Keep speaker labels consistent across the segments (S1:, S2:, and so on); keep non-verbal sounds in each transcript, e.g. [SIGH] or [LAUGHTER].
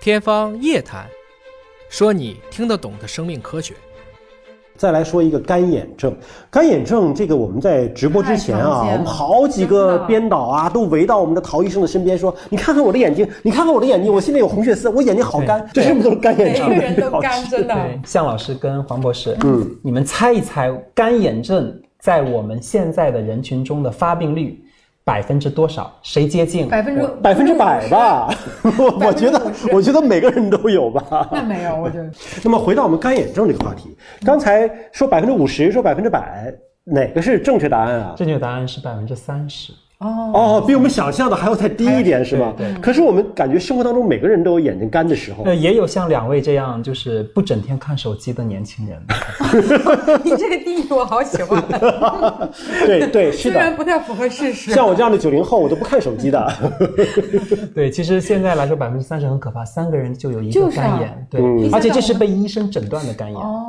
S1: 天方夜谭，说你听得懂的生命科学。
S2: 再来说一个干眼症，干眼症这个我们在直播之前啊，
S3: 太常见了
S2: 我们好几个编导啊都围到我们的陶医生的身边说：“你看看我的眼睛，你看看我的眼睛，我现在有红血丝，我眼睛好干。”这是不是都是干眼
S3: 每
S2: 症？
S3: 个人都干，真的。
S4: 对，向老师跟黄博士，嗯，你们猜一猜，干眼症在我们现在的人群中的发病率百分之多少？谁接近？
S3: 百分之
S2: 百分之百
S3: [LAUGHS]
S2: 吧，我我觉得
S3: 50%
S2: 我觉得每个人都有吧。
S3: 那没有，我觉 [LAUGHS] 得
S2: 那么回到我们干眼症这个话题，刚才说百分之五十，说百分之百，哪个是正确答案啊？
S4: 正确答案是百分之三十。
S3: 哦，
S2: 哦，比我们想象的还要再低一点是吧？可是我们感觉生活当中每个人都有眼睛干的时候。
S4: 呃，也有像两位这样就是不整天看手机的年轻人。
S3: 你这个定义我好喜 [LAUGHS] 欢，
S2: [LAUGHS] 对对，是
S3: 虽
S2: 的。
S3: 然不太符合事实。
S2: 像我这样的九零后，我都不看手机的。 [LAUGHS]
S4: 对，其实现在来说百分之三十很可怕，三个人就有一个
S3: 就是啊
S4: 干眼。对，
S2: 嗯
S4: 而且这是被医生诊断的干眼。
S3: 哦，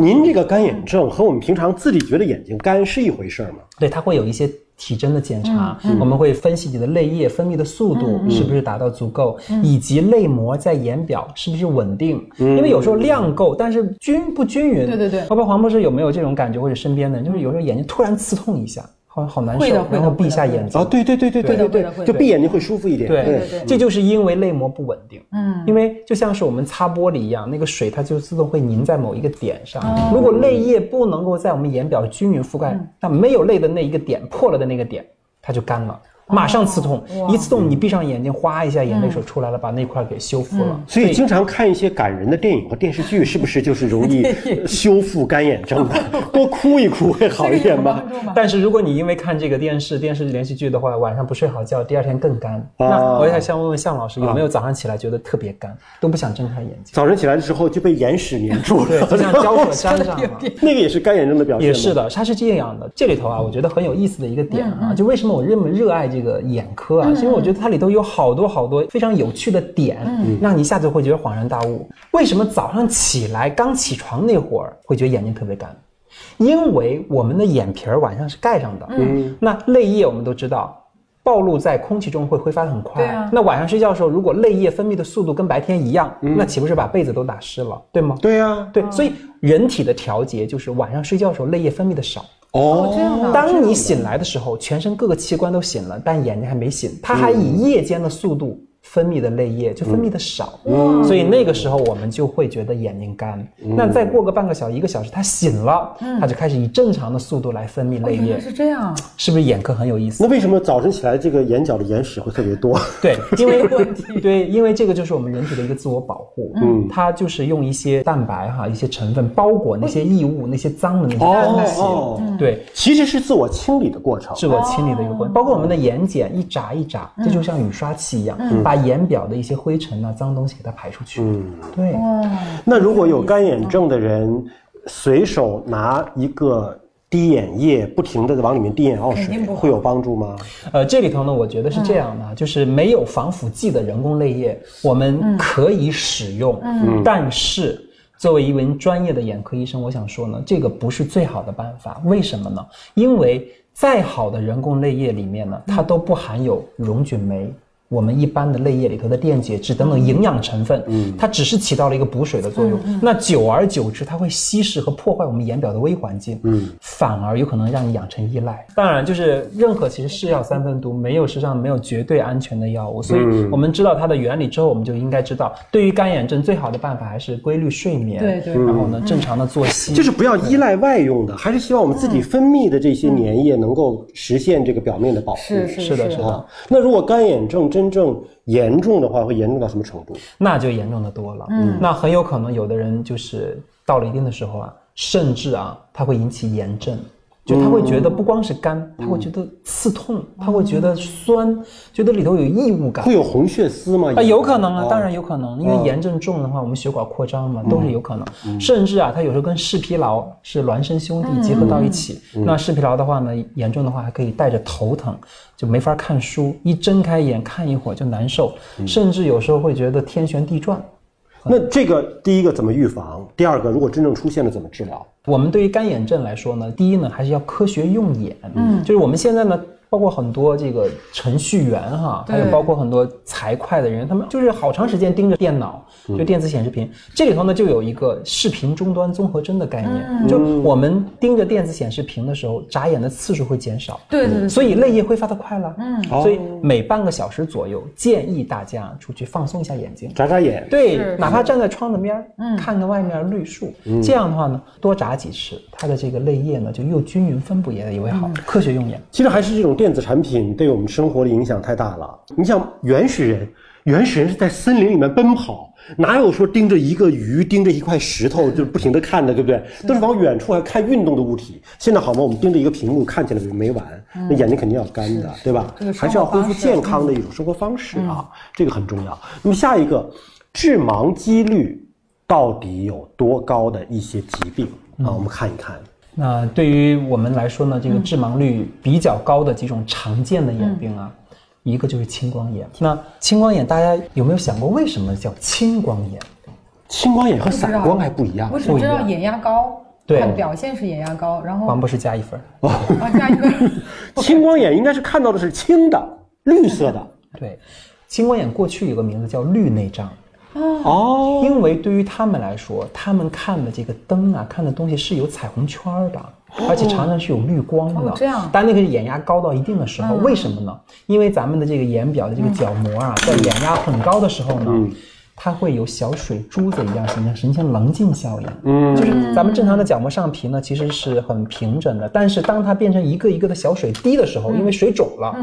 S2: 您这个干眼症和我们平常自己觉得眼睛干是一回事儿吗？
S4: 对，它会有一些体征的检查，
S3: 嗯
S4: 我们会分析你的泪液分泌的速度是不是达到足够，
S3: 嗯
S4: 以及泪膜在眼表是不是稳定。因为有时候量够，但是均不均匀。
S3: 对对对
S4: 包括黄博士有没有这种感觉，或者身边的人，就是有时候眼睛突然刺痛一下，好好难
S3: 会
S4: 受
S3: 的，会
S4: 然
S3: 的
S4: 后
S3: 会
S4: 闭一
S3: 的
S4: 下
S3: 会的
S4: 眼睛
S2: 啊，。对对对对对
S3: 会的会的会
S2: 对，
S3: 的
S2: 就闭眼睛会舒服一点。
S4: 对
S3: 对对
S4: 这就是因为泪膜不稳定。
S3: 嗯，
S4: 因为就像是我们擦玻璃一样，那个水它就自动会凝在某一个点上。
S3: 哦
S4: 如果泪液不能够在我们眼表均匀覆
S3: 嗯
S4: 盖，那没有泪的那一个点破了的那个点，它就干了。马上刺痛，
S3: 哦
S4: 一刺痛你闭上眼睛，哗一下眼泪水出来了，把那块给修复了。
S2: 所以经常看一些感人的电影和电视剧，是不是就是容 [LAUGHS] 易修复干眼症 [LAUGHS] 的？多哭一哭会好一点吗？
S3: 帮助吗？
S4: 但是如果你因为看这个电视电视连续剧的话，晚上不睡好觉，第二天更干。
S2: 哦
S4: 那我也想问问向老师，有没有早上起来觉得特别干，都不想睁开眼睛？
S2: 早晨起来的时候就被眼屎粘住
S4: 对，
S2: 了，
S4: [LAUGHS] 就像胶水粘上了。
S2: [LAUGHS] 那个也是干眼症的表现。
S4: 也是。的，它是这样的。这里头啊，我觉得很有意思的一个点
S3: 嗯
S4: 啊，就为什么我这么热爱这个眼科啊，是因为我觉得它里头有好多好多非常有趣的点，
S3: 嗯
S2: 嗯
S4: 让你一下子会觉得恍然大悟。为什么早上起来刚起床那会儿会觉得眼睛特别干？因为我们的眼皮儿晚上是盖上的，嗯，那泪液我们都知道。暴露在空气中会挥发的很快，
S3: 对啊
S4: 那晚上睡觉的时候，如果泪液分泌的速度跟白天一样，
S2: 嗯
S4: 那岂不是把被子都打湿了，对吗？
S2: 对啊呀。
S3: 嗯
S4: 对，所以人体的调节就是晚上睡觉的时候泪液分泌的少。
S3: 哦，这样的，
S4: 当你醒来的时候，全身各个器官都醒了，但眼睛还没醒，它还以夜间的速度分泌的泪液就分泌的少，
S3: 嗯
S4: 所以那个时候我们就会觉得眼睛干。那再过个半个小时、一个小时，它醒了，它就开始以正常的速度来分泌
S3: 嗯哦
S4: 泪
S3: 原
S4: 液
S3: 来，是这样，嗯
S4: 是不是眼科很有意思？
S2: 那为什么早晨起来这个眼角的眼屎会特别多？
S4: 对，因
S3: 这
S4: 为 [LAUGHS]
S3: 个问题
S4: 对，因为这个就是我们人体的一个自我保护，嗯，它就是用一些蛋白哈、一些成分包裹那些异物、那些脏的那
S2: [LAUGHS]
S4: 些东西，
S2: 哦哦
S4: 对，
S2: 其实是自我清理的过程。
S4: 自我清理的一个过程，包括我们的眼睑一眨一眨，这就像雨刷器一样，把眼表的一些灰尘啊、脏东西给它排出去。
S2: 嗯
S4: 对，
S2: 那如果有干眼症的人，随手拿一个滴眼液，不停的往里面滴眼药
S3: 肯
S2: 水
S3: 定不，好
S2: 会有帮助吗？
S4: 呃，这里头呢，我觉得是这样的啊，就是没有防腐剂的人工泪液，我们可以使用，但是。作为一名专业的眼科医生，我想说呢，这个不是最好的办法。为什么呢？因为再好的人工泪液里面呢，它都不含有溶菌酶，我们一般的泪液里头的电解质等等营养成分，它只是起到了一个补水的作用。那久而久之，它会稀释和破坏我们眼表的微环境，嗯，反而有可能让你养成依赖。当然，就是任何其实是药三分毒，没有世上没有绝对安全的药物，所以我们知道它的原理之后，我们就应该知道，对于干眼症最好的办法还是规律睡眠，
S3: 对对
S4: 然后呢正常的作息，
S2: 嗯就是不要依赖外用的，还是希望我们自己分泌的这些粘液能够实现这个表面的保护。
S3: 是是
S4: 嗯是的是的
S2: 啊，那如果干眼症真正严重的话，会严重到什么程度？
S4: 那就严重的多了。嗯，那很有可能有的人就是到了一定的时候啊，甚至啊，他会引起炎症，就他会觉得不光是干，他会觉得刺痛，他会觉得酸，觉得里头有异物感。
S2: 会有红血丝吗？
S4: 啊，有可能啊
S2: 哦，嗯
S4: 当然有可能，因为炎症重的话，我们血管扩张嘛，都是有可能。甚至啊，它有时候跟视疲劳是孪生兄弟结合到一起。
S2: 嗯
S4: 那视疲劳的话呢，严重的话还可以带着头疼，就没法看书，一睁开眼看一会儿就难受，
S2: 嗯
S4: 甚至有时候会觉得天旋地转。
S2: 哦那这个第一个怎么预防？第二个，如果真正出现了怎么治疗？
S4: 我们对于干眼症来说呢，第一呢还是要科学用眼，嗯，就是我们现在呢。包括很多这个程序员哈，还有
S3: 对
S4: 包括很多财会的人，他们就是好长时间盯着电脑，就电子显示屏。这里头呢就有一个视频终端综合征的概念，就我们盯着电子显示屏的时候，眨眼的次数会减少。
S3: 对对对，
S4: 所以泪液挥发的快了，嗯，
S2: 哦
S4: 所以每半个小时左右建议大家出去放松一下眼睛，
S2: 眨眨眼，
S4: 对
S3: 是，
S4: 哪怕站在窗子边儿，看看外面绿树，这样的话呢，多眨几次，它的这个泪液呢就又均匀分布也也会好。科学用眼，
S2: 其实还是这种电子产品对我们生活的影响太大了。你想，原始人，原始人是在森林里面奔跑，哪有说盯着一个鱼、盯着一块石头就是不停的看的，对不对？都是往远处还看运动的物体。现在好吗？我们盯着一个屏幕看起来没完，那眼睛肯定要干的，对吧
S3: 这个？
S2: 还
S3: 生活
S2: 是要恢复
S3: 方式
S2: 健康的一种生活方式啊，这个很重要。那么下一个，致盲几率到底有多高的一些疾病啊？我们看一看。
S4: 那对于我们来说呢，这个致盲率比较高的几种常见的眼病啊，一个就是青光眼。那青光眼，大家有没有想过为什么叫青光眼？
S2: 青光眼和散光还不一样
S3: 我，只知道眼压高，
S4: 对
S3: 它表现是眼压高，然后
S4: 王博士加一分儿。
S3: 啊加一个， [LAUGHS]
S2: 青光眼应该是看到的是青的、绿色的。
S4: 对，青光眼过去有个名字叫绿内障。
S2: 哦，
S4: 因为对于他们来说，他们看的这个灯啊，看的东西是有彩虹圈儿的，而且常常是有绿光的。
S3: 哦这样嗯
S4: 但那个是眼压高到一定的时候，为什么呢？因为咱们的这个眼表的这个角膜啊，
S3: 嗯
S4: 在眼压很高的时候呢。它会有小水珠子一样形成，形成棱镜效应。嗯，就是咱们正常的角膜上皮呢，其实是很平整的，但是当它变成一个一个的小水滴的时
S3: 嗯
S4: 候，因为水肿了，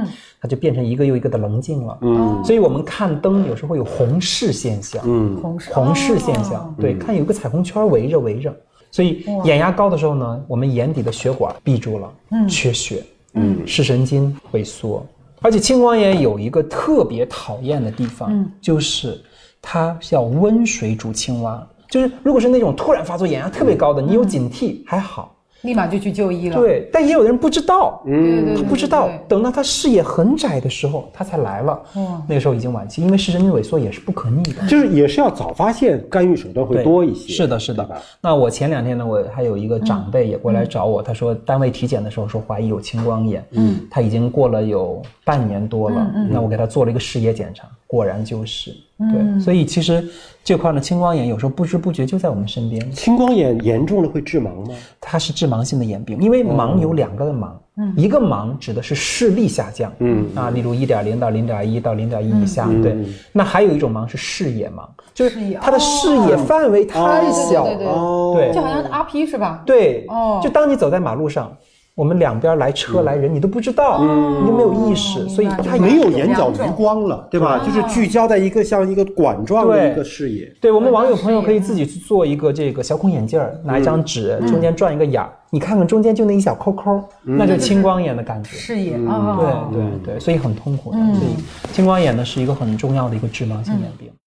S4: 它就变成一个又一个的棱镜了。
S3: 哦
S4: 嗯，所以我们看灯有时候会有红视现象。嗯，
S3: 红视哦
S4: 红视现象，对，看有个彩虹圈围着围着，所以眼压高的时候呢，我们眼底的血管闭住了，缺血，嗯，视神经萎缩，而且青光眼有一个特别讨厌的地方，
S3: 嗯
S4: 就是它叫温水煮青蛙，就是如果是那种突然发作眼压特别高的，你有警惕还好，
S3: 立马就去就医了。
S4: 对，但也有的人不知道，嗯，
S3: 对对对，
S4: 他
S3: 对
S4: 不知道
S3: 嗯对，
S4: 等到他视野很窄的时候，他才来了
S3: 哇，
S4: 那个时候已经晚期，因为视神经萎缩也是不可逆的。
S2: 就是也是要早发现，干预手段会
S4: 对
S2: 多一些。
S4: 是的，是
S2: 对
S4: 的
S2: 吧。
S4: 那我前两天呢，我还有一个长辈也过来找我，他说单位体检的时候说怀疑有青光眼，嗯，他已经过了有半年多了，那我给他做了一个视野检查，果然就是，对，所以其实这块呢，青光眼有时候不知不觉就在我们身边，
S2: 青光眼严重了会致盲吗？
S4: 它是致盲性的眼病，因为盲有两个的盲，一个盲指的是视力下降，嗯啊，例如一点零到零点一到零点一以下，对。那还有一种盲是视野盲，就
S3: 视
S4: 是
S3: 野
S4: 它的视野范围太小
S3: 对对对对
S4: 了，
S2: 哦，
S4: 对
S3: 就好像阿 P 是吧？
S4: 对，
S3: 哦
S4: 就当你走在马路上，我们两边来车来人，你都不知道，你就没有意识，
S3: 哦明白
S4: 所以它
S3: 对明白
S2: 没有
S3: 有
S2: 眼角
S3: 两
S2: 余
S3: 种
S2: 光了，对吧？就是聚焦在一个像一个管状的
S4: 对
S2: 一个视野。
S4: 对我们网友朋友可以
S3: 嗯
S4: 自己去做一个这个小孔眼镜儿，拿一张纸，中间转一个眼儿，你看看中间就那一小抠抠，那就青光眼的感觉。
S3: 视野啊，嗯
S4: 对对对，所以很痛苦的。所以青光眼呢是一个很重要的一个致盲性眼病。